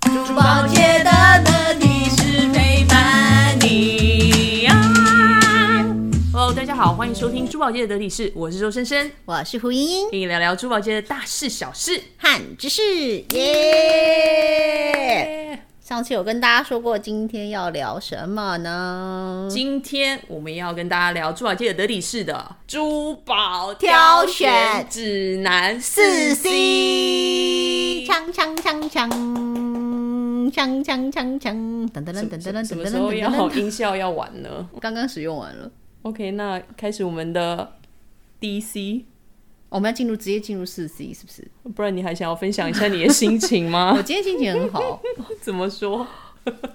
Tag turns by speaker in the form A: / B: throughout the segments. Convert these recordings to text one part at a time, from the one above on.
A: 珠宝界的乐迪是陪伴你啊！
B: Hello，大家好，欢迎收听珠宝界的得体事，我是周深深，
A: 我是胡茵茵，
B: 跟你聊聊珠宝界的大事小事。
A: 汉之士耶！上次有跟大家说过，今天要聊什么呢？
B: 今天我们要跟大家聊珠宝界的得体事的珠宝挑
A: 挑选
B: 选指南
A: 四
B: 四
A: C，
B: C。
A: 锵锵锵锵。锵锵锵锵，噔噔噔噔噔噔噔
B: 什
A: 噔
B: 么
A: 噔
B: 时候
A: 噔
B: 要
A: 噔，
B: 音效要完呢
A: 刚刚使用完了，
B: ？OK，那开始我们的 DC，
A: 我们要进入直接进入四 C 是不是？
B: 不然你还想要分享一下你的心情
A: 我
B: 吗？
A: 今天心情很好，
B: 怎么说？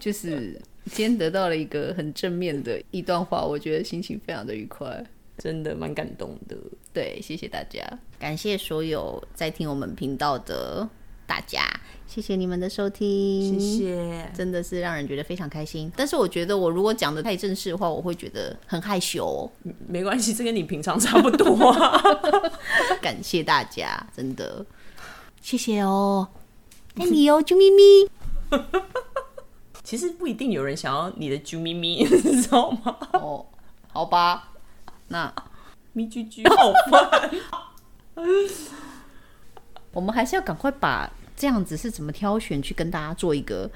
A: 就是今天得到了一个很正面的一段话，我觉得心情非常的愉快。
B: 真的蛮感动的。
A: 对，谢谢大家，感谢所有在听我们频道的大家，谢谢你们的收听，
B: 谢。谢。
A: 真的是让人觉得非常开心，但是我觉得我如果讲的太正式的话，我会觉得很害羞哦、
B: 没关系，这跟你平常差不多啊。
A: 感谢大家，真的，谢谢哦，爱你哦，啾咪咪。
B: 其实不一定有人想要你的啾咪咪， 你知道吗？
A: 哦，好吧，那
B: 咪啾 啾，好烦。
A: 我们还是要赶快把这样子是怎么挑选去跟大家做一个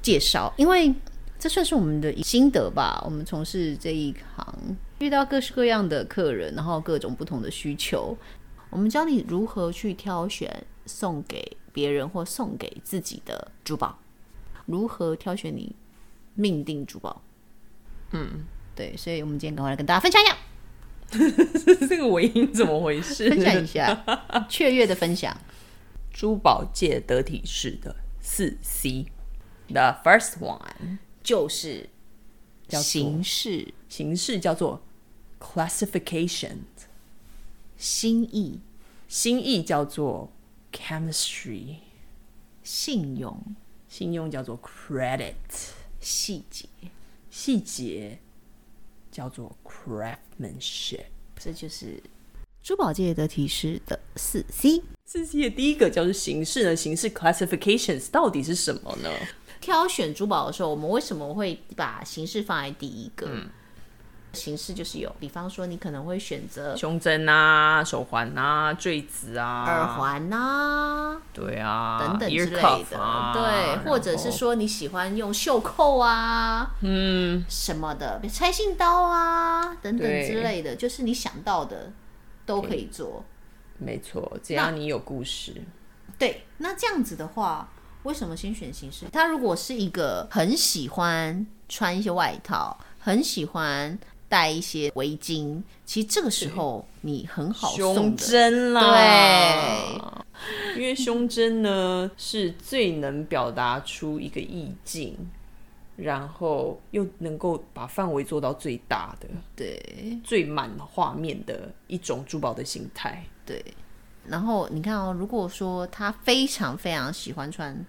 A: 介绍，因为这算是我们的心得吧。我们从事这一行，遇到各式各样的客人，然后各种不同的需求，我们教你如何去挑选送给别人或送给自己的珠宝，如何挑选你命定珠宝。嗯，对，所以我们今天赶快来跟大家分享一下，
B: 这个尾音怎么回事？
A: 分享一 下，雀跃的分享。
B: 珠宝界得体式的四 C。The first one
A: 就是
B: 叫做
A: 形式、
B: 形式叫做 classification，
A: 心意、
B: 心意叫做 chemistry，
A: 信用、
B: 信用叫做 credit，
A: 细节，
B: 细节叫做 craftsmanship。
A: 这就是珠宝界的提示的四 C。
B: 四 C 的第一个叫做形式呢，形式 classifications 到底是什么呢？
A: 挑选珠宝的时候，我们为什么会把形式放在第一个？形式就是有，比方说你可能会选择
B: 胸针啊、手环啊、坠子啊、
A: 耳，环呐、
B: 对啊，
A: 呃等等之类
B: earcuff
A: 的，
B: 啊、
A: 对，或者
B: 然
A: 是
B: 后
A: 说你喜欢用袖扣啊，嗯，什么的，拆信刀啊，等等
B: 对
A: 之类的，就是你想到的都可以做。
B: 没错，只要你有故事，
A: 对，那这样子的话，为什么先选形式？他如果是一个很喜欢穿一些外套，很喜欢戴一些围巾，其实这个时候你很好送
B: 胸
A: 的。
B: 针啊啦
A: 对，
B: 对，因为胸针呢是最能表达出一个意境，然后又能够把范围做到最大的、
A: 对
B: 最满画面的一种珠宝的形态。
A: 对，然后你看哦，如果说他非常非常喜欢穿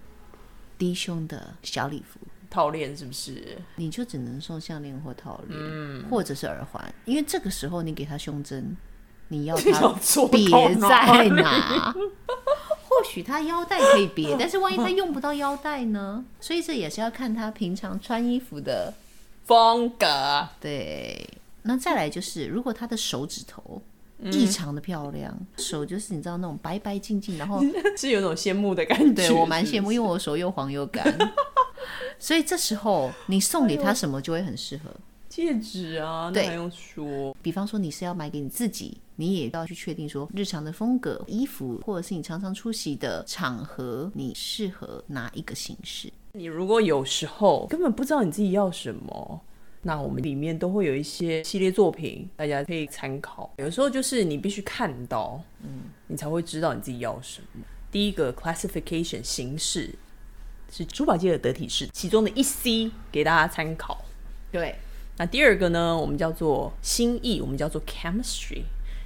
A: 低胸的小礼服，
B: 套链是不是？
A: 你就只能送项链或套链，
B: 嗯
A: 或者是耳环，因为这个时候你给他胸针，你要他
B: 想戳
A: 别
B: 到哪
A: 在
B: 里
A: 哪？或许他腰带可以别，但是万一他用不到腰带呢？所以这也是要看他平常穿衣服的。
B: 风格，
A: 对，那再来就是，如果他的手指头
B: 嗯
A: 异常的漂亮，手就是你知道那种白白净净，然后
B: 是有种羡慕的感觉。
A: 对我蛮羡
B: 慕。
A: 慕，因为我手又黄又干。 所以这时候你送给他什么就会很适合。
B: 戒指啊，那
A: 对
B: 还用说？
A: 比方说你是要买给你自己，你也要去确定说日常的风格、衣服，或者是你常常出席的场合，你适合哪一个形式？
B: 你如果有时候根本不知道你自己要什么，那我们里面都会有一些系列作品，大家可以参考。有时候就是你必须看到，嗯，你才会知道你自己要什么。第一个 classification 形式是珠宝界的得体式，其中的一 C 给大家参考。
A: 对，
B: 那第二个呢，我们叫做心意，我们叫做 chemistry。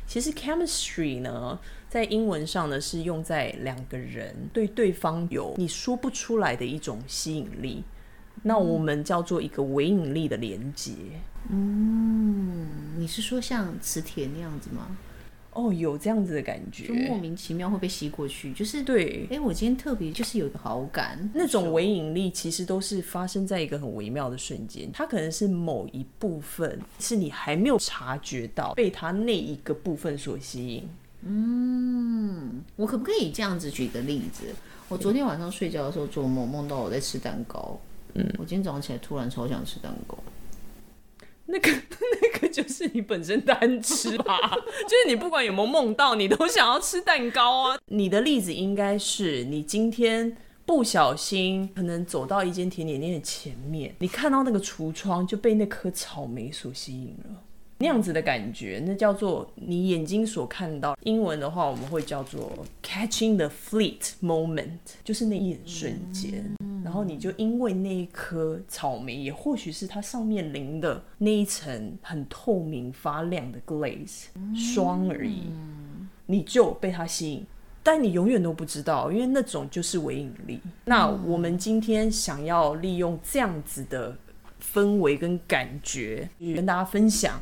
B: 其实 chemistry 呢，在英文上呢是用在两个人对对方有你说不出来的一种吸引力，那我们叫做一个微引力的连接。
A: 嗯你是说像磁铁那样子吗？
B: 哦，有这样子的感
A: 就莫
B: 觉，
A: 名其妙会被吸过去，就是
B: 对
A: 哎、，我今天特别就是有一个好感，
B: 那种微引力其实都是发生在一个很微妙的瞬间，它可能是某一部分是你还没有察觉到，被它那一个部分所吸引。
A: 我可不可以这样子举个例子？我昨天晚上睡觉的时候做梦，梦到我在吃蛋糕。嗯，我今天早上起来突然超想吃蛋糕。
B: 那个 那个就是你本身单吃吧， 就是你不管有没有梦到，你都想要吃蛋糕啊。你的例子应该是你今天不小心可能走到一间甜点店的前面，你看到那个橱窗就被那颗草莓所吸引了。那样子的感觉，那叫做你眼睛所看到。英文的话，我们会叫做 catching the fleet moment，就是那一眼瞬间。然后你就因为那一颗草莓，也或许是它上面淋的那一层很透明发亮的 glaze 霜而已，你就被它吸引。但你永远都不知道，因为那种就是唯引力。那我们今天想要利用这样子的氛围跟感觉，去跟大家分享，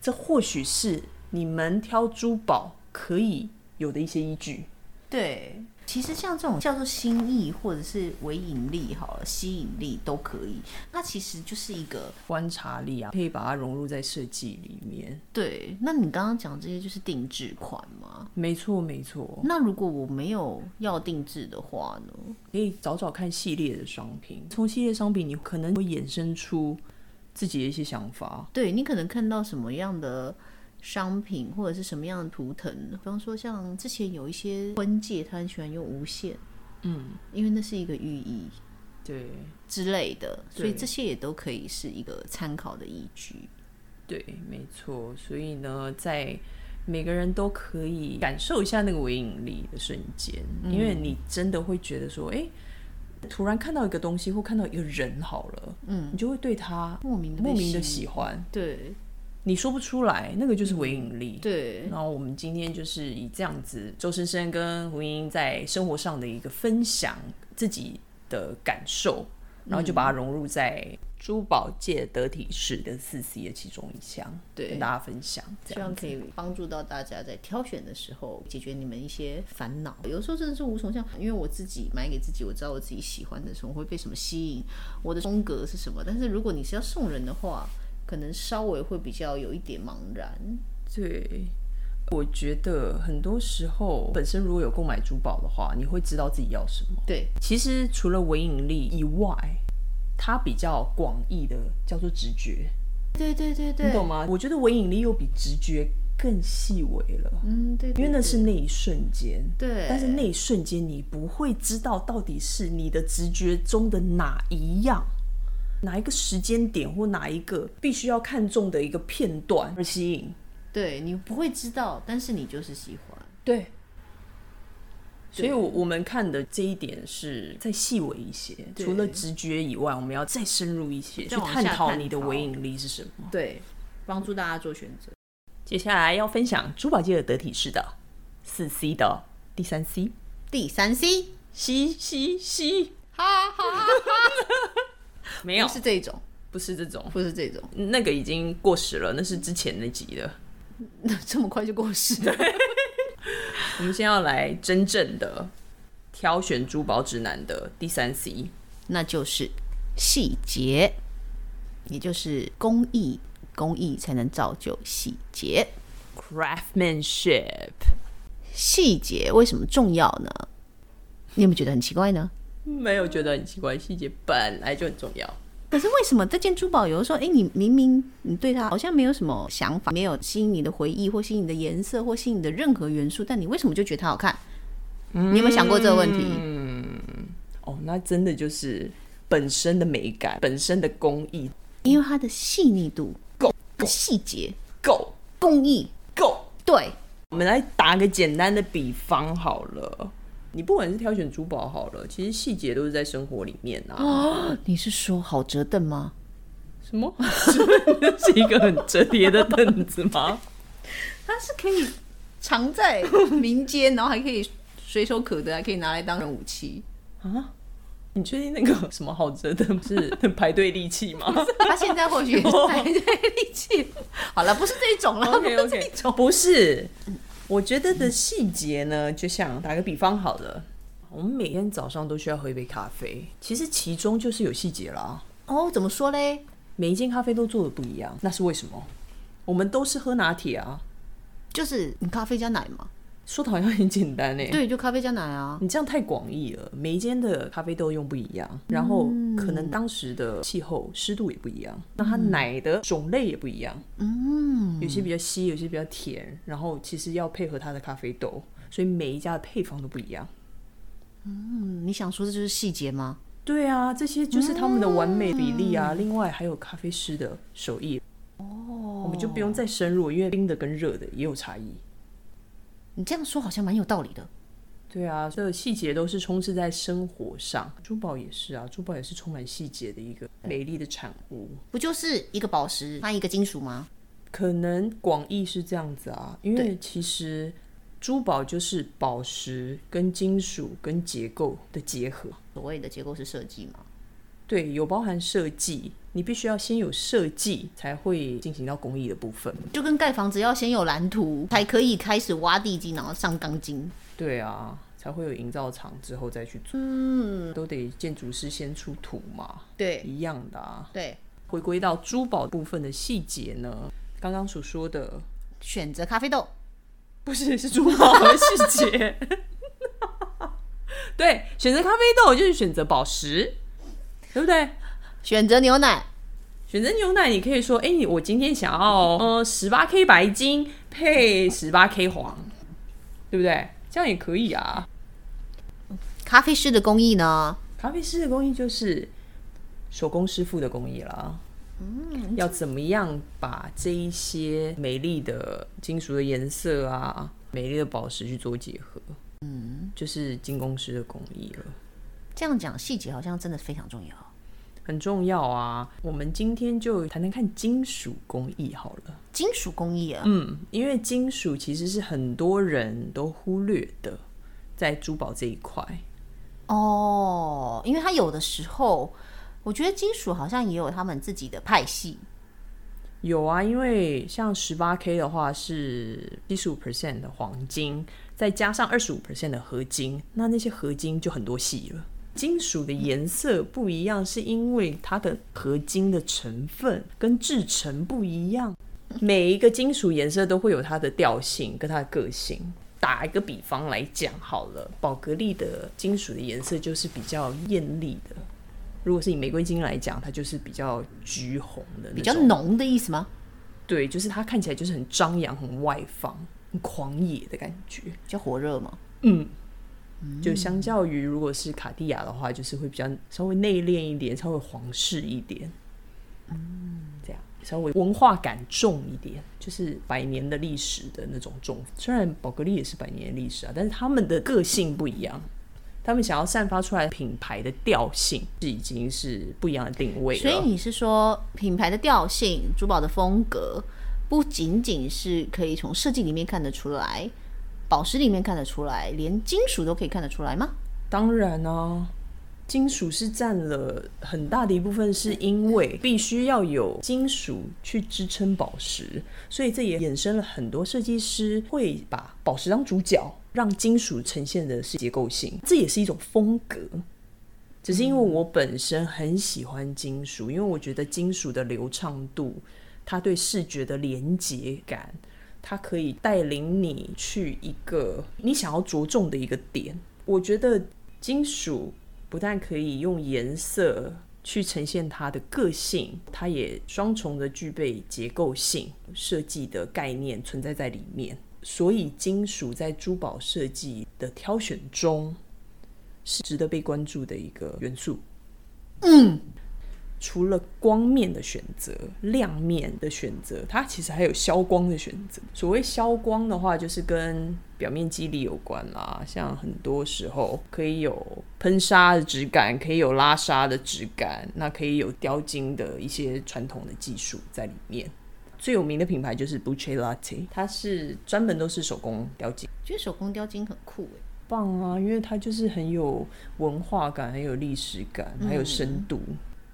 B: 这或许是你们挑珠宝可以有的一些依据。
A: 对，其实像这种叫做心意或者是唯引力好了，吸引力都可以。那其实就是一个
B: 观察力啊，可以把它融入在设计里面。
A: 对。那你刚刚讲这些就是定制款嘛？
B: 没错，没错，
A: 那如果我没有要定制的话呢？
B: 可以找找看系列的商品，从系列商品你可能会衍生出自己的一些想法。
A: 对你可能看到什么样的商品或者是什么样的图腾，比方说像之前有一些婚戒，他很喜欢用无限，嗯，因为那是一个寓意
B: 对
A: 之类的，所以
B: 对
A: 这些也都可以是一个参考的依据。
B: 对，没错。所以呢，在每个人都可以感受一下那个微引力的瞬间，因为你真的会觉得说，哎、突然看到一个东西或看到一个人好了，嗯，你就会对他
A: 莫名的
B: 莫名的喜欢，
A: 对
B: 你说不出来，那个就是微引力。
A: 对，
B: 然后我们今天就是以这样子，周深深跟胡英在生活上的一个分享自己的感受，然后就
A: 嗯
B: 把它融入在珠宝界得体式的四 C 的其中一项，
A: 对
B: 跟大家分享。这
A: 希
B: 样
A: 望可以帮助到大家在挑选的时候解决你们一些烦恼。有时候真的是无从像，因为我自己买给自己，我知道我自己喜欢的时候会被什么吸引，我的风格是什么。但是如果你是要送人的话，可能稍微会比较有一点茫然。
B: 对，我觉得很多时候本身如果有购买珠宝的话，你会知道自己要什么。
A: 对，
B: 其实除了微引力以外，它比较广义的叫做直觉。
A: 对对对
B: 你
A: 对，
B: 懂吗？我觉得微引力又比直觉更细微了，
A: 嗯对
B: 因为那是那一瞬间。
A: 对，
B: 但是那一瞬间，你不会知道到底是你的直觉中的哪一样，哪一个时间点或哪一个必须要看中的一个片段而吸引。
A: 对你不会知道，但是你就是喜欢。
B: 对，所以我我们看的这一点是再细微一些，
A: 对
B: 除了直觉以外，我们要再深入一些，去
A: 再往
B: 探
A: 下
B: 讨
A: 探
B: 你的
A: 讨
B: 微引力是什么。
A: 对，帮助大家做选择。
B: 接下来要分享珠宝界的得体式的四 C 的第三 C，
A: 第三 C，
B: 吸吸吸，
A: 哈哈，
B: 没有
A: 不，是这种，
B: 不是这种，
A: 不是这种，
B: 那个已经过时了，那是之前那集的。
A: 这么快就过世了。
B: 我们先要来真正的挑选珠宝指南的第三 C，
A: 那就是细节，也就是工艺，工艺才能造就细节。
B: craftsmanship。
A: 细节为什么重要呢？你有没有觉得很奇怪呢？
B: 没有觉得很奇怪，细节本来就很重要。
A: 可是为什么这件珠宝有的时候，哎、你明明你对它好像没有什么想法，没有吸引你的回忆，或吸引你的颜色，或吸引你的任何元素，但你为什么就觉得它好看？你有没有想过这个问题？
B: 哦，那真的就是本身的美感，本身的工艺
A: 因为它的细腻度、
B: 够
A: 它的细节、
B: 够
A: 工艺，
B: 够。
A: 对，
B: 我们来打个简单的比方好了，你不管是挑选珠宝好了，其实细节都是在生活里面啊。
A: 哦你是说好折凳吗？
B: 什么？ 是一个很折叠的凳子吗？
A: 它是可以藏在民间，然后还可以随手可得，还可以拿来当成武 器。
B: 啊？你确定那个什么好折凳 是排队利器吗
A: 它现在或许也是排队利器。好了，不是这一种了
B: ？OK
A: 不是这一
B: OK，
A: 种。
B: 不是，我觉得的细节呢，就像打个比方好了，我们每天早上都需要喝一杯咖啡，其实其中就是有细节啦。
A: 哦，怎么说嘞？
B: 每一间咖啡都做的不一样，那是为什么？我们都是喝拿铁啊，
A: 就是你咖啡加奶嘛，
B: 说的好像很简单哎、
A: 对，就咖啡加奶啊。
B: 你这样太广义了，每一间的咖啡豆用不一样，然后可能当时的气候、湿度也不一样，那它奶的种类也不一样，嗯，有些比较稀，有些比较甜，然后其实要配合它的咖啡豆，所以每一家的配方都不一样。
A: 嗯，你想说这就是细节吗？
B: 对啊，这些就是他们的完美比例啊。另外还有咖啡师的手艺，哦，我们就不用再深入，因为冰的跟热的也有差异。
A: 你这样说好像蛮有道理的。
B: 对啊，这个细节都是充斥在生活上，珠宝也是啊，珠宝也是充满细节的一个美丽的产物。
A: 不就是一个宝石换一个金属吗？
B: 可能广义是这样子啊，因为其实珠宝就是宝石跟金属跟结构的结合。
A: 所谓的结构式设计嘛。
B: 对，有包含设计，你必须要先有设计，才会进行到工艺的部分。
A: 就跟盖房子要先有蓝图，才可以开始挖地基，然后上钢筋。
B: 对啊，才会有营造厂之后再去做，嗯，都得建筑师先出土嘛，
A: 对
B: 一样的啊。
A: 对，
B: 回归到珠宝部分的细节呢，刚刚所说的
A: 选择咖啡豆，
B: 不是是珠宝的细节。 对，选择咖啡豆就是选择宝石，对不对？
A: 选择牛奶，
B: 选择牛奶，你可以说，哎、你我今天想要呃十八 K 白金配十八 K 黄，对不对？这样也可以啊。
A: 咖啡师的工艺呢？
B: 咖啡师的工艺就是手工师傅的工艺啦。嗯，要怎么样把这一些美丽的金属的颜色啊，美丽的宝石去做结合？嗯，就是精工师的工艺了，
A: 这样讲细节好像真的非常重要。
B: 很重要啊。我们今天就谈谈看金属工艺好了。
A: 金属工艺啊，
B: 嗯，因为金属其实是很多人都忽略的，在珠宝这一块。
A: 哦，因为它有的时候，我觉得金属好像也有他们自己的派系。
B: 有啊，因为像十八 K 的话是七十五 percent 的黄金，再加上二十五 percent 的合金，那那些合金就很多系了。金属的颜色不一样，是因为它的合金的成分跟制成不一样。每一个金属颜色都会有它的调性跟它的个性。打一个比方来讲好了，宝格丽的金属的颜色就是比较艳丽的。如果是以玫瑰金来讲，它就是比较橘红的那种，
A: 比较浓的意思吗？
B: 对，就是它看起来就是很张扬、很外放、很狂野的感觉。
A: 比较火热嘛。
B: 嗯，就相较于如果是卡地亚的话，就是会比较稍微内敛一点，稍微皇室一点。嗯，这样稍微文化感重一点，就是百年的历史的那种重。虽然宝格丽也是百年的历史啊，但是他们的个性不一样。他们想要散发出来品牌的调性，是已经是不一样的定位了。
A: 所以你是说品牌的调性、珠宝的风格，不仅仅是可以从设计里面看得出来，宝石里面看得出来，连金属都可以看得出来吗？
B: 当然啊，金属是占了很大的一部分，是因为必须要有金属去支撑宝石，所以这也衍生了很多设计师会把宝石当主角，让金属呈现的是结构性，这也是一种风格。只是因为我本身很喜欢金属，因为我觉得金属的流畅度，它对视觉的连接感，它可以带领你去一个你想要着重的一个点。我觉得金属不但可以用颜色去呈现它的个性，它也双重的具备结构性设计的概念存在在里面。所以，金属在珠宝设计的挑选中是值得被关注的一个元素。嗯，除了光面的选择、亮面的选择，它其实还有消光的选择。所谓消光的话，就是跟表面肌理有关啦，像很多时候可以有喷砂的质感，可以有拉砂的质感，那可以有雕金的一些传统的技术在里面。最有名的品牌就是 b u c c e Latte，它是专门都是手工雕金。
A: 觉得手工雕金很酷欸诶、
B: 棒啊，因为它就是很有文化感，很有历史感，还有深度。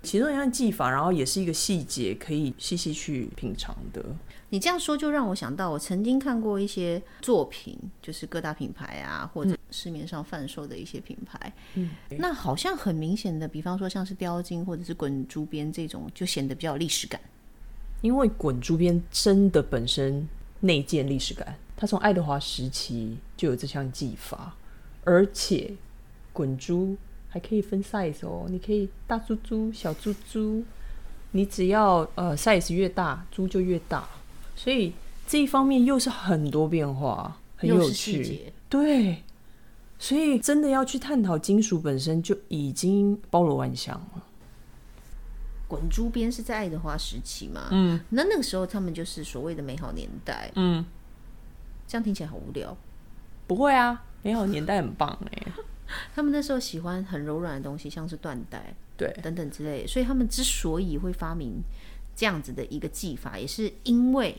B: 其中一项技法，然后也是一个细节，可以细细去品尝的。
A: 你这样说就让我想到，我曾经看过一些作品，就是各大品牌啊，或
B: 嗯
A: 者市面上贩售的一些品牌。嗯，那好像很明显的，比方说像是雕金或者是滚珠边这种，就显得比较有历史感。
B: 因为滚珠边真的本身内建历史感，它从爱德华时期就有这项技法，而且滚珠还可以分 size 哦，你可以大珠珠、小珠珠，你只要呃 size 越大，珠就越大，所以这一方面又是很多变化，很
A: 又
B: 有
A: 是细
B: 趣
A: 节。
B: 对，所以真的要去探讨金属本身就已经包罗万象了。
A: 滚珠边是在爱德华时期嘛？嗯，那那个时候他们就是所谓的美好年代。
B: 嗯，
A: 这样听起来好无聊。
B: 不会啊，美好年代很棒哎、
A: 他们那时候喜欢很柔软的东西，像是缎带
B: 对。
A: 等等之类的，所以他们之所以会发明这样子的一个技法，也是因为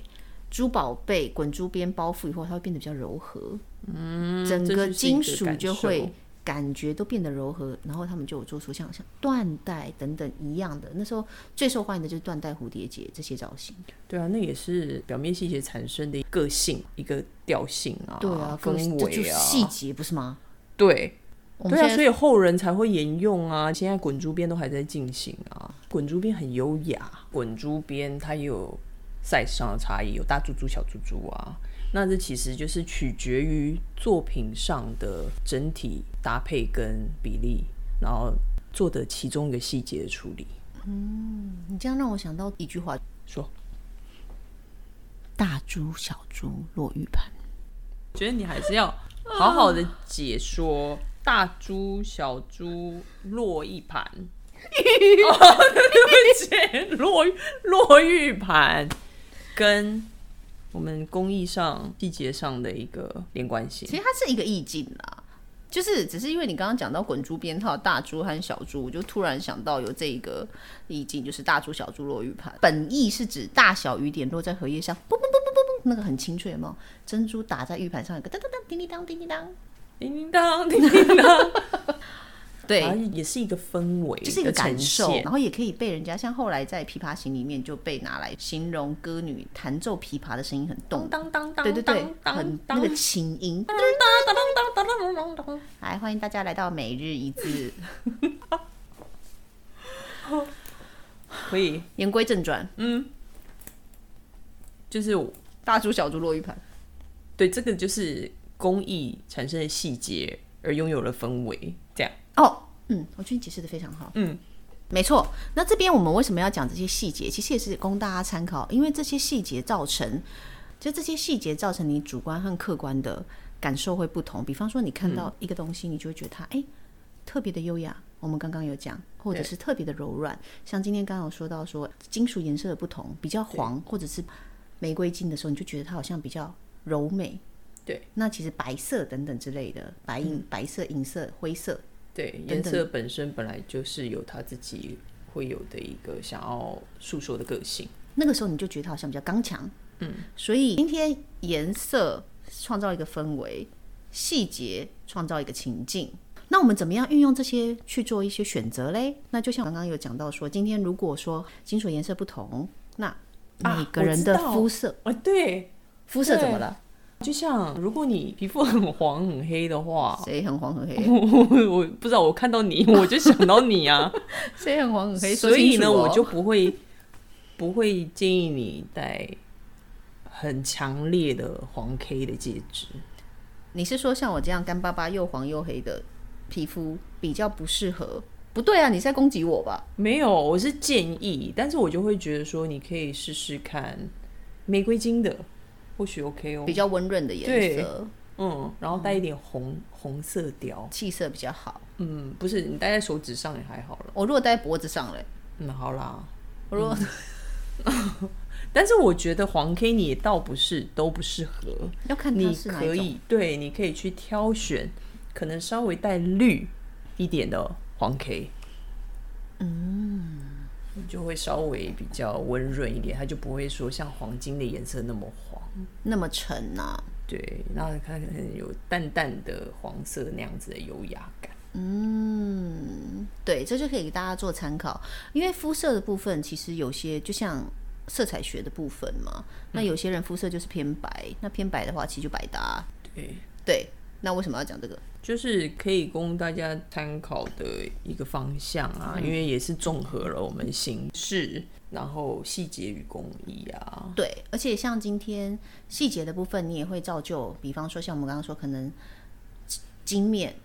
A: 珠宝被滚珠边包覆以后，它会变得比较柔和，嗯，整
B: 这
A: 个
B: 就是
A: 金
B: 一个
A: 属
B: 感
A: 就
B: 受
A: 会感觉都变得柔和，然后他们就有做出像像缎带等等一样的。那时候最受欢迎的就是缎带蝴蝶结这些造型，
B: 对啊，那也是表面细节产生的个性、一个调性啊，
A: 对啊，
B: 氛
A: 更这就
B: 围
A: 是
B: 啊，
A: 细节不是吗？
B: 对
A: 我们
B: 对啊，
A: 现在
B: 所以后人才会沿用啊。现在滚珠边都还在进行啊，滚珠边很优雅，滚珠边它也有 size 上的差异，有大珠珠、小珠珠啊。那这其实就是取决于作品上的整体搭配跟比例，然后做的其中一个细节的处理。
A: 你这样让我想到一句话：
B: 说，
A: 大珠小珠落玉盘。
B: 觉得你还是要好好的解说大猪、小猪落一盘。哦，对不起，落落玉盘跟我们工艺上、细节上的一个连贯性
A: 其。实它是一个意境啦，就是只是因为你刚刚讲到滚珠编号大珠和小珠，我就突然想到有这一个意境，就是大珠小珠落玉盘。本意是指大小雨点落在荷叶上，嘣嘣嘣嘣嘣嘣，那个很清脆，有没有？珍珠打在玉盘上，有个当当当，叮叮当，叮叮当。
B: 叮叮当，叮叮当，
A: 对，
B: 好像也是一个氛围，
A: 就是一个感受
B: 呈，现
A: 然后也可以被人家像后来在《琵琶行》里面就被拿来形容歌女弹奏琵琶的声音很动
B: 当，当当当，
A: 对对对，
B: 当
A: 很
B: 当当
A: 那个琴音。
B: 当当当当当当当。
A: 来，欢迎大家来到每日一字。
B: 可以，
A: 言归正传，
B: 就是
A: 大珠小珠落玉盘。
B: 对，这个就是工艺产生的细节而拥有了氛围，这样。
A: 哦，嗯，我觉得你解释的非常好。
B: 嗯，
A: 没错。那这边我们为什么要讲这些细节？其实也是供大家参考，因为这些细节造成，就这些细节造成你主观和客观的感受会不同。比方说，你看
B: 嗯
A: 到一个东西，你就会觉得它哎、诶特别的优雅。我们刚刚有讲，或者是特别的柔软，像今天刚刚有说到说金属颜色的不同，比较黄或者是玫瑰金的时候，你就觉得它好像比较柔美。
B: 对，嗯
A: 那其实白色等等之类的，白银、白色、银色、灰色，
B: 对，
A: 等
B: 颜色本身本来就是有它自己会有的一个想要诉说的个性。
A: 那个时候你就觉得它好像比较刚强，嗯，所以今天颜色创造一个氛围，细节创造一个情境。那我们怎么样运用这些去做一些选择嘞？那就像我刚刚有讲到说，今天如果说金属颜色不同，那每个人的
B: 啊我知道
A: 肤色、
B: 啊，对，
A: 肤色怎么了？
B: 就像如果你皮肤很黄很黑的话，
A: 谁很黄很黑？
B: 哦我我不知道，我看到你我就想到你 啊，
A: 谁很黄很黑？
B: 所以呢，我
A: 说清楚哦
B: 就不会不会建议你戴很强烈的黄 K 的戒指。
A: 你是说像我这样干巴巴又黄又黑的皮肤比较不适合？不对啊，你是在攻击我吧？
B: 没有，我是建议，但是我就会觉得说，你可以试试看玫瑰金的，或许 OK 哦
A: 比。较温润的颜
B: 对
A: 色，
B: 嗯，然后带一点红、红色调，
A: 气色比较好。
B: 嗯，不是你戴在手指上也还好了。
A: 我如果戴在脖子上嘞，
B: 嗯，好啦，
A: 我如果、
B: 嗯 但是我觉得黄 K 你也倒不是都不适合，
A: 要看它
B: 你
A: 是哪一
B: 可
A: 种，
B: 以对，你可以去挑选，可能稍微带绿一点的黄 K，嗯，就会稍微比较温润一点，它就不会说像黄金的颜色那么黄。
A: 那么沉啊呐、
B: 对，然后它可能有淡淡的黄色那样子的优雅感。
A: 嗯，对，这就可以给大家做参考。因为肤色的部分，其实有些就像色彩学的部分嘛，那有些人肤色就是偏白，那偏白的话，其实就百搭。
B: 对，
A: 对，那为什么要讲这个？
B: 就是可以供大家参考的一个方向啊，因为也是综合了我们形式，然后细节与工艺啊，
A: 对，而且像今天细节的部分，你也会造就，比方说像我们刚刚说，可能晶面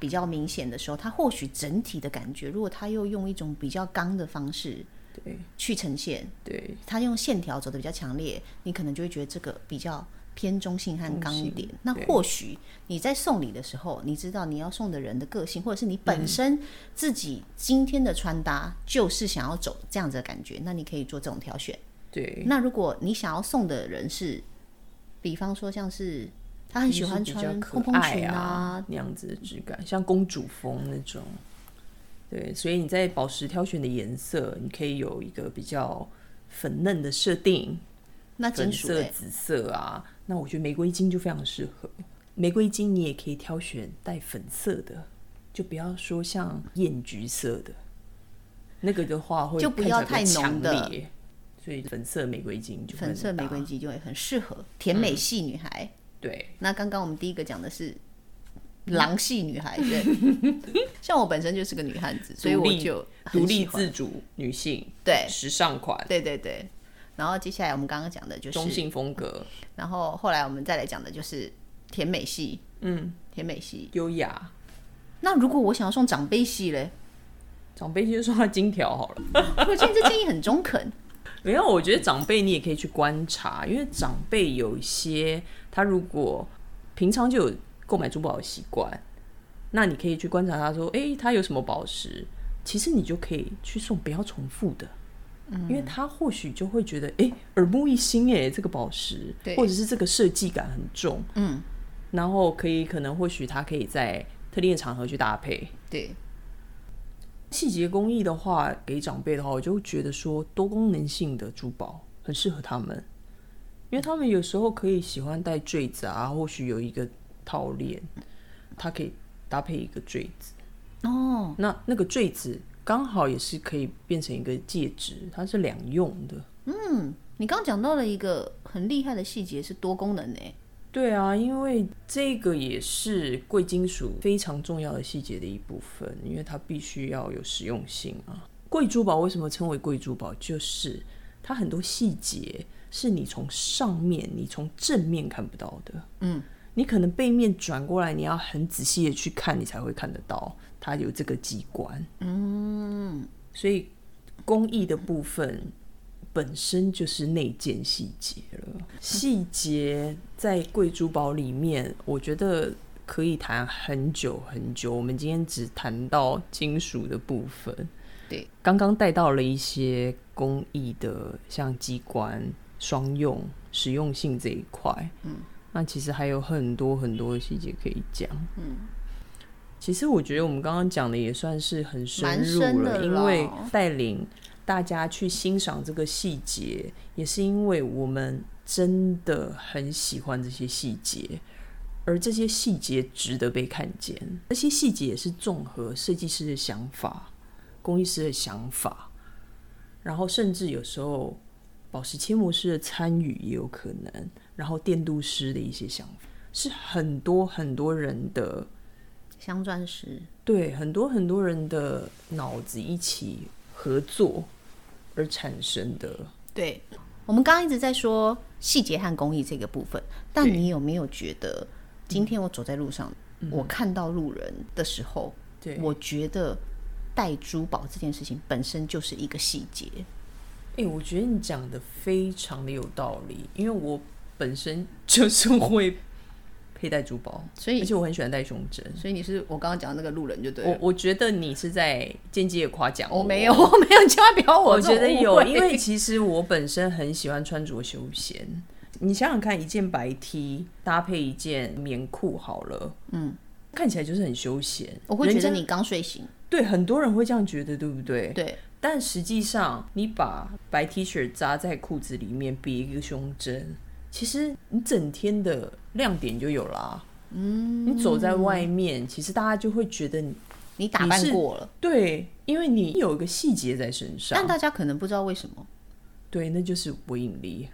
A: 比较明显的时候，它或许整体的感觉，如果它又用一种比较刚的方式
B: 对
A: 去呈现，
B: 对，
A: 它用线条走的比较强烈，你可能就会觉得这个比较偏中性和刚一点。那或许你在送礼的时候，你知道你要送的人的个性，或者是你本身
B: 嗯
A: 自己今天的穿搭就是想要走这样子的感觉，那你可以做这种挑选。
B: 对，
A: 那如果你想要送的人是，比方说像是他很喜欢
B: 就是比较
A: 穿
B: 可
A: 蓬蓬
B: 爱
A: 裙啊，
B: 那样子的质感，像公主风那种。对，所以你在宝石挑选的颜色，你可以有一个比较粉嫩的设定，
A: 那金
B: 粉
A: 属哎
B: 色、
A: 类
B: 紫色啊。那我觉得玫瑰金就非常适合。玫瑰金你也可以挑选带粉色的，就不要说像艳橘色的，那个的话会
A: 就不要
B: 看起来比较
A: 太浓的
B: 强烈。所以粉色玫瑰金就
A: 粉色
B: 很搭嗯
A: 玫瑰肌就会很适合甜美系女孩。
B: 对
A: 那刚刚我们第一个讲的是狼系女孩，对， 像我本身就是个女汉子，所以
B: 独
A: 我
B: 立
A: 就很
B: 独立
A: 喜欢
B: 自主女性
A: 对
B: 时尚款。
A: 对对对。然后接下来我们刚刚讲的就是
B: 中性风格，
A: 然后后来我们再来讲的就是甜美系，嗯，甜美系。
B: 优雅。
A: 那如果我想要送长辈 系嘞，
B: 长辈就说他金条哦好了，
A: 我觉得这建议很中肯。
B: 没有，我觉得长辈你也可以去观察，因为长辈有一些他如果平常就有购买珠宝的习惯，那你可以去观察他说，诶，他有什么宝石？其实你就可以去送不要重复的，
A: 嗯
B: 因为他或许就会觉得，诶，耳目一新诶，这个宝石
A: 对，
B: 或者是这个设计感很重，
A: 嗯，
B: 然后可以可能或许他可以在特定的场合去搭配，
A: 对，
B: 细节工艺的话，给长辈的话，我就觉得说多功能性的珠宝很适合他们，因为他们有时候可以喜欢戴坠子啊，或许有一个套链，它可以搭配一个坠子，
A: 哦，
B: 那那个坠子刚好也是可以变成一个戒指，它是两用的。
A: 你刚刚讲到了一个很厉害的细节是多功能诶，
B: 对啊，因为这个也是贵金属非常重要的细节的一部分，因为它必须要有实用性啊。贵珠宝为什么称为贵珠宝？就是它很多细节是你从上面、你从正面看不到的。嗯，你可能背面转过来，你要很仔细的去看，你才会看得到它有这个机关。嗯，所以工艺的部分本身就是内件细节了。细节在贵珠宝里面，我觉得可以谈很久很久。我们今天只谈到金属的部分，
A: 对，
B: 刚刚带到了一些工艺的，像机关、双用、实用性这一块。嗯，那其实还有很多很多的细节可以讲。嗯。其实我觉得我们刚刚讲的也算是很深
A: 蛮
B: 入
A: 深
B: 了，
A: 的
B: 因
A: 啦
B: 为带领大家去欣赏这个细节，也是因为我们真的很喜欢这些细节，而这些细节值得被看见。这些细节也是综合设计师的想法、工艺师的想法，然后甚至有时候宝石切磨师的参与也有可能，然后电镀师的一些想法，是很多很多人的
A: 镶钻石，
B: 对很多很多人的脑子一起合作而产生的。
A: 对。我们刚刚一直在说细节和工艺这个部分，但你有没有觉得，今天我走在路上，我看到路人的时候，
B: 对，
A: 我觉得戴珠宝这件事情本身就是一个细节。
B: 哎、我觉得你讲的非常的有道理，因为我本身就是会佩戴珠宝，
A: 所以
B: 而且我很喜欢戴胸针。
A: 所以你是我刚刚讲的那个路人就对
B: 我。我觉得你是在间接地夸奖
A: 我没有，，哦我没 有，千万不要
B: 我
A: 这种
B: 觉得
A: 误
B: 有，
A: 会
B: 因为其实我本身很喜欢穿着休闲。你想想看，一件白 T 搭配一件棉裤好了，嗯，看起来就是很休闲。
A: 我会觉得
B: 人家
A: 你刚睡醒，
B: 对很多人会这样觉得，对不对？
A: 对，
B: 但实际上，你把白 T 恤扎在裤子里面，别一个胸针，其实你整天的亮点就有啦。嗯，你走在外面，其实大家就会觉得你
A: 你打
B: 你
A: 扮
B: 是
A: 过了，
B: 对，因为你有一个细节在身上
A: 但，大家可能不知道为什么。
B: 对，那就是我引力。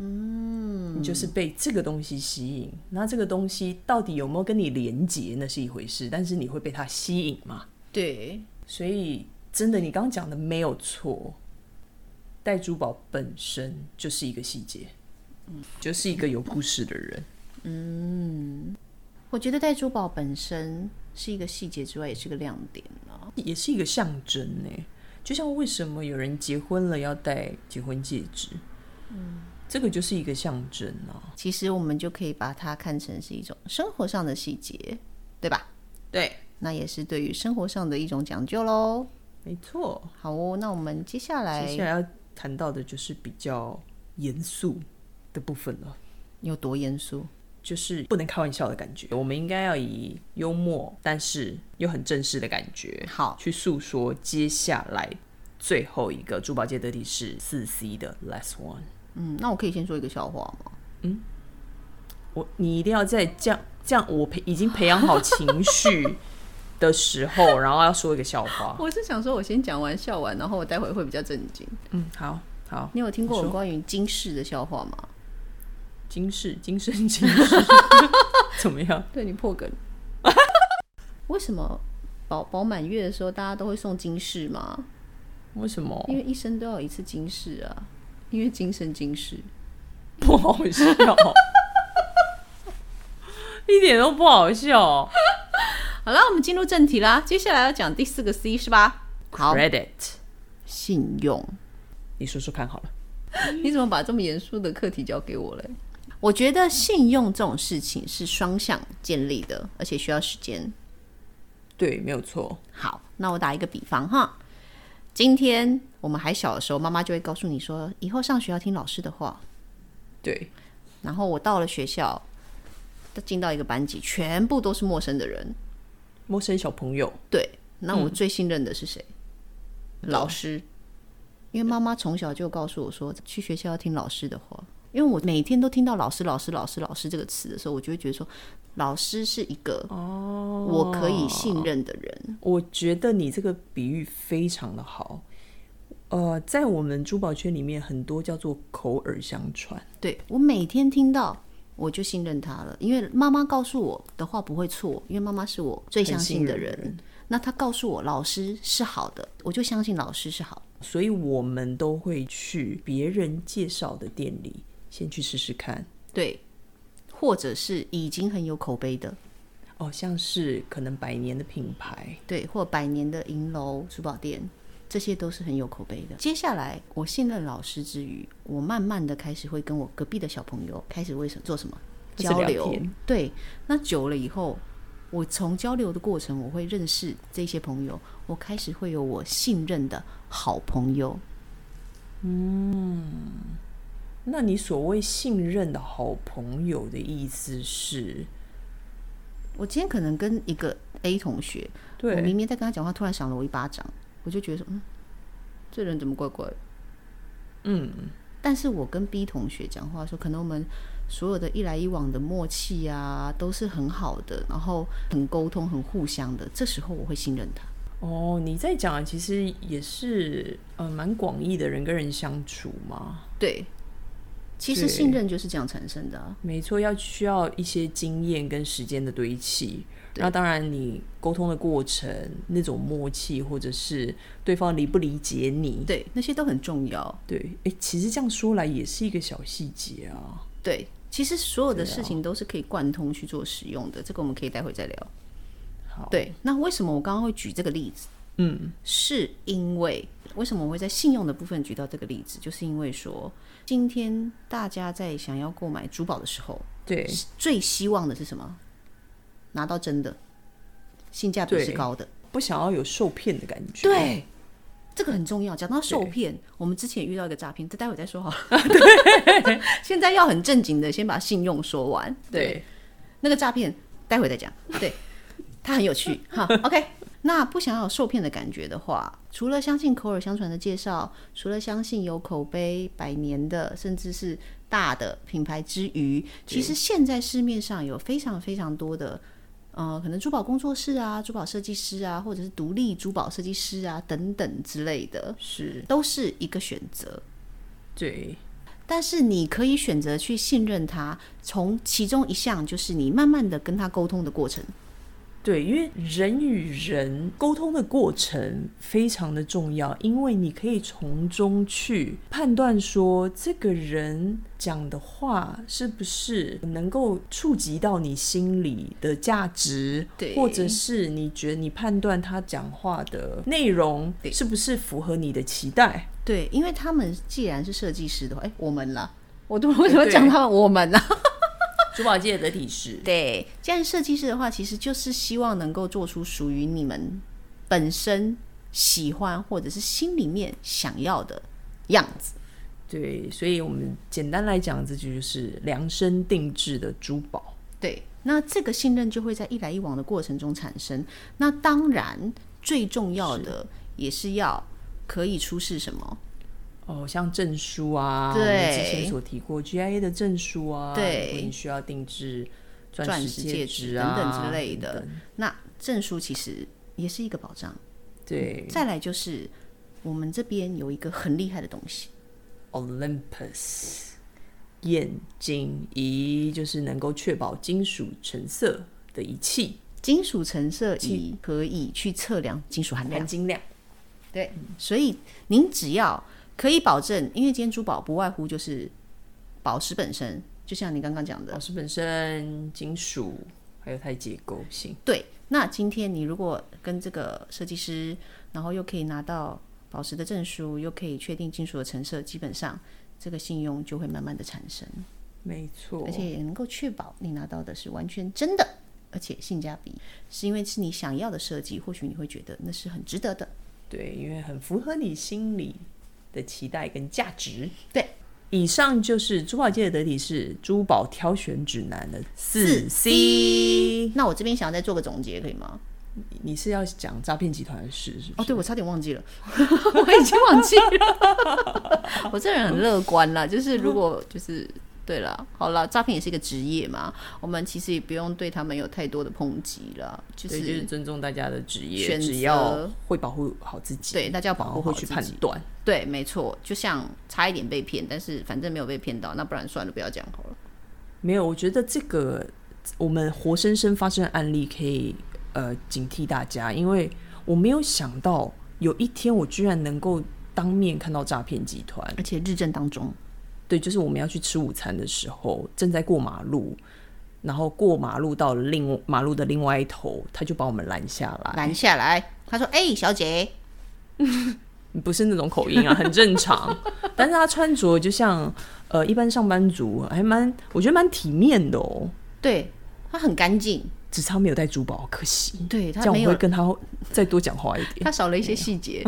B: 嗯，你就是被这个东西吸引，那这个东西到底有没有跟你连接，那是一回事，但是你会被它吸引嘛？
A: 对，
B: 所以真的，你刚刚讲的没有错，戴珠宝本身就是一个细节，就是一个有故事的人。
A: 我觉得戴珠宝本身是一个细节之外，也是个亮点啊。
B: 也是一个象征呢。就像为什么有人结婚了要戴结婚戒指，嗯，这个就是一个象征啊。
A: 其实我们就可以把它看成是一种生活上的细节，对吧？
B: 对，
A: 那也是对于生活上的一种讲究喽。
B: 没错。
A: 好哦，那我们接下来
B: 接下来要谈到的就是比较严肃的部分了，
A: 有多严肃？
B: 就是不能开玩笑的感觉。我们应该要以幽默，但是又很正式的感觉，
A: 好，
B: 去诉说接下来最后一个珠宝界得体是四 C 的 last one。
A: 嗯，那我可以先说一个笑话吗？
B: 我你一定要在这样这样，我培已经培养好情绪的时候，然后要说一个笑话。
A: 我是想说，我先讲完笑完，然后我待会会比较震惊。
B: 嗯，好好，
A: 你有听过
B: 你
A: 我
B: 说
A: 关于金饰的笑话吗？
B: 金饰金身金饰 怎么样？
A: 对你破梗。 为什么宝宝满月的时候大家都会送金饰吗？
B: 为什么
A: 因为一生都要有一次金饰啊，因为今生今世。
B: 不好笑？ 一点都不好笑。
A: 好了，我们进入正题啦。接下来要讲第四个 C 是吧？好，
B: Credit，
A: 信用。
B: 你说说看好了。
A: 你怎么把这么严肃的课题交给我嘞？我觉得信用这种事情是双向建立的，而且需要时间。
B: 对，没有错。
A: 好，那我打一个比方哈，今天我们还小的时候，妈妈就会告诉你说，以后上学要听老师的话。
B: 对，
A: 然后我到了学校，进到一个班级，全部都是陌生的人。
B: 陌生小朋友，
A: 对，那
B: 嗯
A: 我最信任的是谁？老师，因为妈妈从小就告诉我说，去学校要听老师的话。因为我每天都听到“老师”“老师”“老师”“老师”这个词的时候，我就会觉得说，老师是一个
B: 哦
A: 我可以信任的人。
B: 我觉得你这个比喻非常的好。呃，在我们珠宝圈里面，很多叫做口耳相传。
A: 对我每天听到，我就信任他了，因为妈妈告诉我的话不会错，因为妈妈是我最相信的人。
B: 很信任
A: 那她告诉我老师是好的，我就相信老师是好的。
B: 所以我们都会去别人介绍的店里先去试试看。
A: 对，或者是已经很有口碑的，
B: 哦，像是可能百年的品牌，
A: 对，或百年的银楼、珠宝店，这些都是很有口碑的。接下来，我信任老师之余，我慢慢的开始会跟我隔壁的小朋友开始为什么做什么
B: 开始
A: 交
B: 聊
A: 流
B: 天。
A: 对，那久了以后，我从交流的过程，我会认识这些朋友，我开始会有我信任的好朋友。
B: 那你所谓信任的好朋友的意思是？
A: 我今天可能跟一个 A 同学，我
B: 对，
A: 明明在跟他讲话，突然赏了我一巴掌，我就觉得说，嗯，这人怎么怪怪的？
B: 嗯，
A: 但是我跟 B 同学讲话的时候，可能我们所有的一来一往的默契啊，都是很好的，然后很沟通、很互相的。这时候我会信任他。
B: 哦，你在讲的其实也是呃蛮广义的人跟人相处嘛，
A: 对，其实
B: 对
A: 信任就是这样产生的啊、
B: 没错，要需要一些经验跟时间的堆砌。
A: 对
B: 那当然，你沟通的过程那种默契，或者是对方理不理解你，
A: 对，那些都很重要。
B: 对，哎、其实这样说来也是一个小细节啊。
A: 对，其实所有的
B: 对啊
A: 事情都是可以贯通去做使用的。这个我们可以待会再聊。
B: 好，
A: 对，那为什么我刚刚会举这个例子？
B: 嗯，
A: 是因为为什么我会在信用的部分举到这个例子？就是因为说，今天大家在想要购买珠宝的时候，
B: 对，
A: 最希望的是什么？拿到真的，性价比
B: 对
A: 是高的。
B: 不想要有受骗的感觉。，
A: 对，这个很重要。讲到受骗，我们之前遇到一个诈骗，这待会再说好了。 对，现在要很正经的，先把信用说完。
B: 对，
A: 那个诈骗待会再讲。对，它很有趣哈。OK，那不想要有受骗的感觉的话，除了相信口耳相传的介绍，除了相信有口碑、百年的，甚至是大的品牌之余，其实现在市面上有非常非常多的呃，可能珠宝工作室啊、珠宝设计师啊，或者是独立珠宝设计师啊等等之类的，
B: 是
A: 都是一个选择。
B: 对，
A: 但是你可以选择去信任他，从其中一项就是你慢慢的跟他沟通的过程。
B: 对，因为人与人沟通的过程非常的重要，因为你可以从中去判断说这个人讲的话是不是能够触及到你心里的价值，
A: 对
B: 或者是你觉得你判断他讲话的内容
A: 对
B: 是不是符合你的期待。
A: 对，因为他们既然是设计师的话，哎、我们啦，我都为什么讲他们？我们啦，
B: 珠宝界的体式，
A: 对，既然是设计师的话，其实就是希望能够做出属于你们本身喜欢或者是心里面想要的样子。
B: 对，所以我们简单来讲，这就是量身定制的珠宝。
A: 对，那这个信任就会在一来一往的过程中产生。那当然，最重要的也是要可以出示什么？
B: 哦，像证书啊，
A: 对
B: 我们之前所提过 GIA 的证书啊，
A: 对
B: 如果你需要定制
A: 钻
B: 钻
A: 石
B: 石
A: 戒
B: 指
A: 指
B: 啊
A: 等等之类的
B: 等等
A: 那证书其实也是一个保障。
B: 对
A: 再来就是我们这边有一个很厉害的东西，嗯
B: ，Olympus 眼睛仪就是能够确保金属成色的仪器，
A: 金属成色仪可以去测量金属含量
B: 含。金量。
A: 对，所以您只要可以保证，因为今天珠宝不外乎就是宝石本身，就像你刚刚讲的，
B: 宝石本身、金属，还有它的结构性，
A: 对。那今天你如果跟这个设计师，然后又可以拿到宝石的证书，又可以确定金属的成色，基本上这个信用就会慢慢的产生，
B: 没错
A: 而。且也能够确保你拿到的是完全真的，而且性价比是因为是你想要的设计，或许你会觉得那是很值得的。
B: 对，因为很符合你心里的期待跟价值。
A: 对，
B: 以上就是珠宝界的得体是珠宝挑选指南的
A: 四
B: 四
A: C
B: C。
A: 那我这边想要再做个总结，可以吗？
B: 你是要讲诈骗集团的事是不
A: 哦，
B: 是？
A: 对，我差点忘记了，我已经忘记了。我这人很乐观啦，就是如果就是对了，好了，诈骗也是一个职业嘛，我们其实也不用对他们有太多的抨击了，就
B: 对，就是
A: 是
B: 尊重大家的职业，
A: 选择
B: 只要会保护好自己，
A: 对大家要保护
B: 然后
A: 好
B: 会
A: 自
B: 去
A: 己
B: 判断。
A: 对，没错，就像差一点被骗，但是反正没有被骗到，那不然算了，不要讲好了。
B: 没有，我觉得这个我们活生生发生的案例可以呃警惕大家，因为我没有想到有一天我居然能够当面看到诈骗集团。
A: 而且日正当中，
B: 对，就是我们要去吃午餐的时候，正在过马路，然后过马路到了另马路的另外一头，他就把我们拦下来。
A: 拦下来，他说：“哎、小姐，
B: 不是那种口音啊，很正常。但是他穿着就像呃一般上班族，还蛮我觉得蛮体面的哦，
A: 对他很干净，
B: 只差没有带珠宝，可惜。
A: 对
B: 这
A: 他
B: 样
A: 没
B: 我会嗯
A: 有，
B: 跟他再多讲话一点。
A: 他少了一些细节。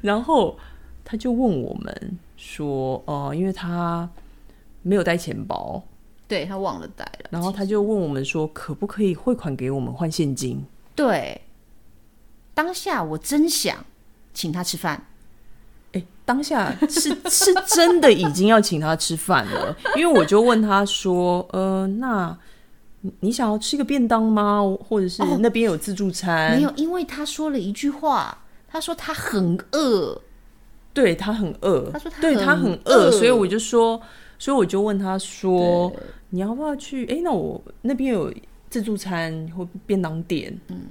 B: 然后他就问我们说，哦、因为他没有带钱包，
A: 对他忘了带了，
B: 然后他就问我们说，可不可以汇款给我们换现金？
A: 对，当下我真想请他吃饭，
B: 哎，当下是是真的已经要请他吃饭了，因为我就问他说，呃，那你你想要吃个便当吗？或者
A: 哦
B: 是那边有自助餐？
A: 没有，因为他说了一句话，他说他很饿，
B: 对他很饿，
A: 他说他
B: 对
A: 很
B: 他很
A: 饿
B: 饿，所以我就说，所以我就问他说，你要不要去？哎，那我那边有自助餐或便当店，嗯，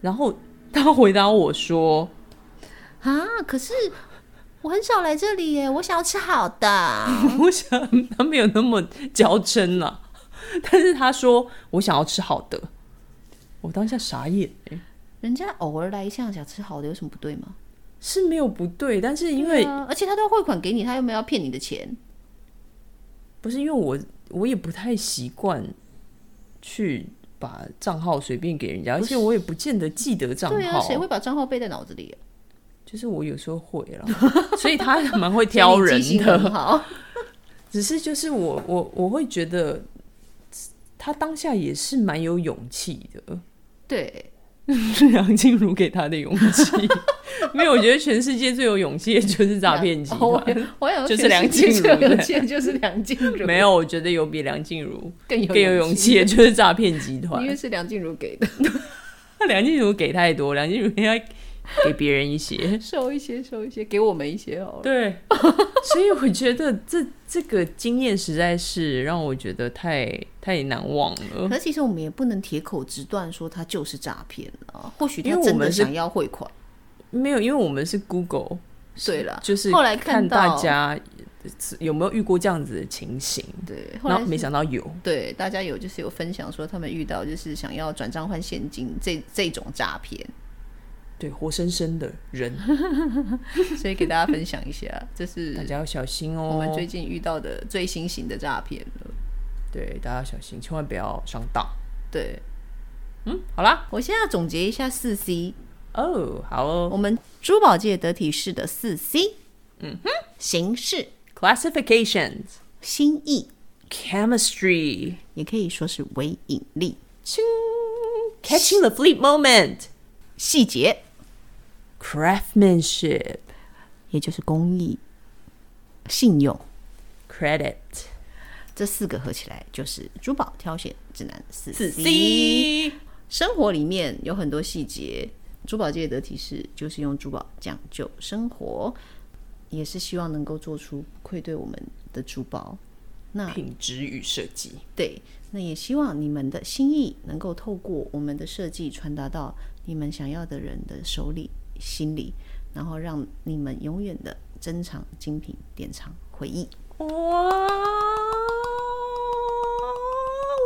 B: 然后他回答我说，
A: 啊，可是我很少来这里耶，我想要吃好的，
B: 我想他没有那么娇嗔了， 但是他说我想要吃好的，我当下傻眼、欸，
A: 人家偶尔来一下想吃好的有什么不对吗？
B: 是没有不对，但是因为、
A: 啊而且他都要汇款给你，他又没有要骗你的钱，
B: 不是因为我我也不太习惯去把账号随便给人家，而且我也不见得记得账
A: 对啊，
B: 号，
A: 谁会把账号背在脑子里、啊？
B: 就是我有时候会了， 所以他蛮会挑人
A: 所以你记性
B: 的，
A: 很好，
B: 只是就是我我我会觉得他当下也是蛮有勇气的。
A: 对，
B: 梁静茹给他的勇气。 没有，我觉得全世界最有勇气的就是诈骗集
A: 哦我
B: 团。
A: 我想说
B: 就是梁静茹
A: 全世界最有
B: 对
A: 钱就是梁静 茹，
B: 没有，我觉得有比梁静茹
A: 更有
B: 更有勇气的就是诈骗集团
A: 因。为是梁静茹给的，。
B: 梁静茹给太多，梁静茹应该给别人一些
A: 收一些，收一些，给我们一些好了。
B: 对，所以我觉得这这个经验实在是让我觉得太太难忘了
A: 可。是其实我们也不能铁口直断说它就是诈骗啊，或许
B: 因
A: 他
B: 为我
A: 真
B: 们
A: 的
B: 是
A: 想要汇款。
B: 没有，因为我们是 Google，
A: 对了，
B: 就是
A: 后来
B: 看
A: 到
B: 大家有没有遇过这样子的情形，
A: 对，后
B: 然
A: 来
B: 后没想到有。
A: 对大家有就是有分享说他们遇到就是想要转账换现金这这种诈骗，
B: 对，活生生的人，
A: 所以给大家分享一下，这是
B: 大家要小心 哦。
A: 我们最近遇到的最新型的诈骗了。
B: 对大家小心，千万不要上当。
A: 对
B: 嗯，好啦，
A: 我现在总结一下四 C，
B: 哦，好哦
A: 我们珠宝界得体式的四 C，嗯哼，形式、
B: ，classifications。
A: 心意，
B: Chemistry,
A: 也可以说是唯引力、
B: catching the fleet moment,
A: 细节，
B: craftsmanship,
A: 也就是工艺、信用，
B: credit.
A: 这四个合起来就是珠宝挑选指南四
B: C
A: 生活里面有很多细节，珠宝界的提示就是用珠宝讲究生活，也是希望能够做出不愧对我们的珠宝。那
B: 品质与设计。
A: 对，那也希望你们的心意能够透过我们的设计传达到你们想要的人的手里、心里，然后让你们永远的珍藏精品、典藏回忆。
B: 哇，我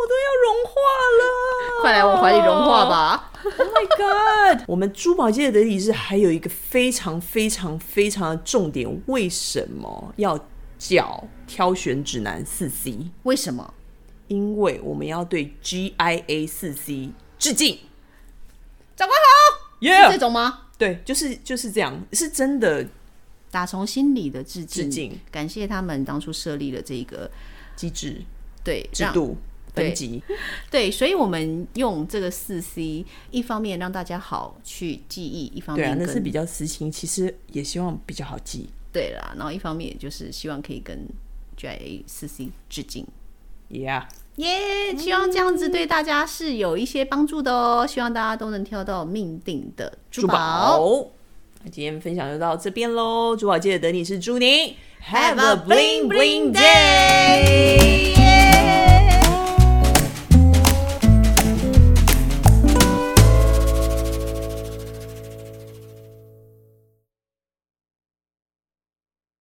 B: 都要融化了！
A: 快来我怀里融化！吧！
B: Oh my god！我们珠宝界的得体是还有一个非常非常非常的重点，为什么要叫挑选指南四 C？
A: 为什么？
B: 因为我们要对 GIA 四 C 致敬。
A: 长官好，
B: 耶、
A: 是这种吗？
B: 对，就是就是这样，是真的
A: 打从心里的致敬，
B: 致敬
A: 感谢他们当初设立了这个
B: 机制
A: 对
B: 制
A: 让
B: 度
A: 对
B: 分级。
A: 对，所以我们用这个四 C，一方面让大家好去记忆，一方
B: 对啊
A: 面，
B: 那
A: 跟
B: 是比较私心，其实也希望比较好记。
A: 对啦，然后一方面也就是希望可以跟 GIA 四 C 致敬。
B: Yeah，
A: 耶、希望这样子对大家是有一些帮助的哦。希望大家都能挑到命定的珠
B: 珠
A: 宝。
B: 宝。那今天分享就到这边喽，珠宝界的等你是朱宁
A: Have a bling bling
B: day。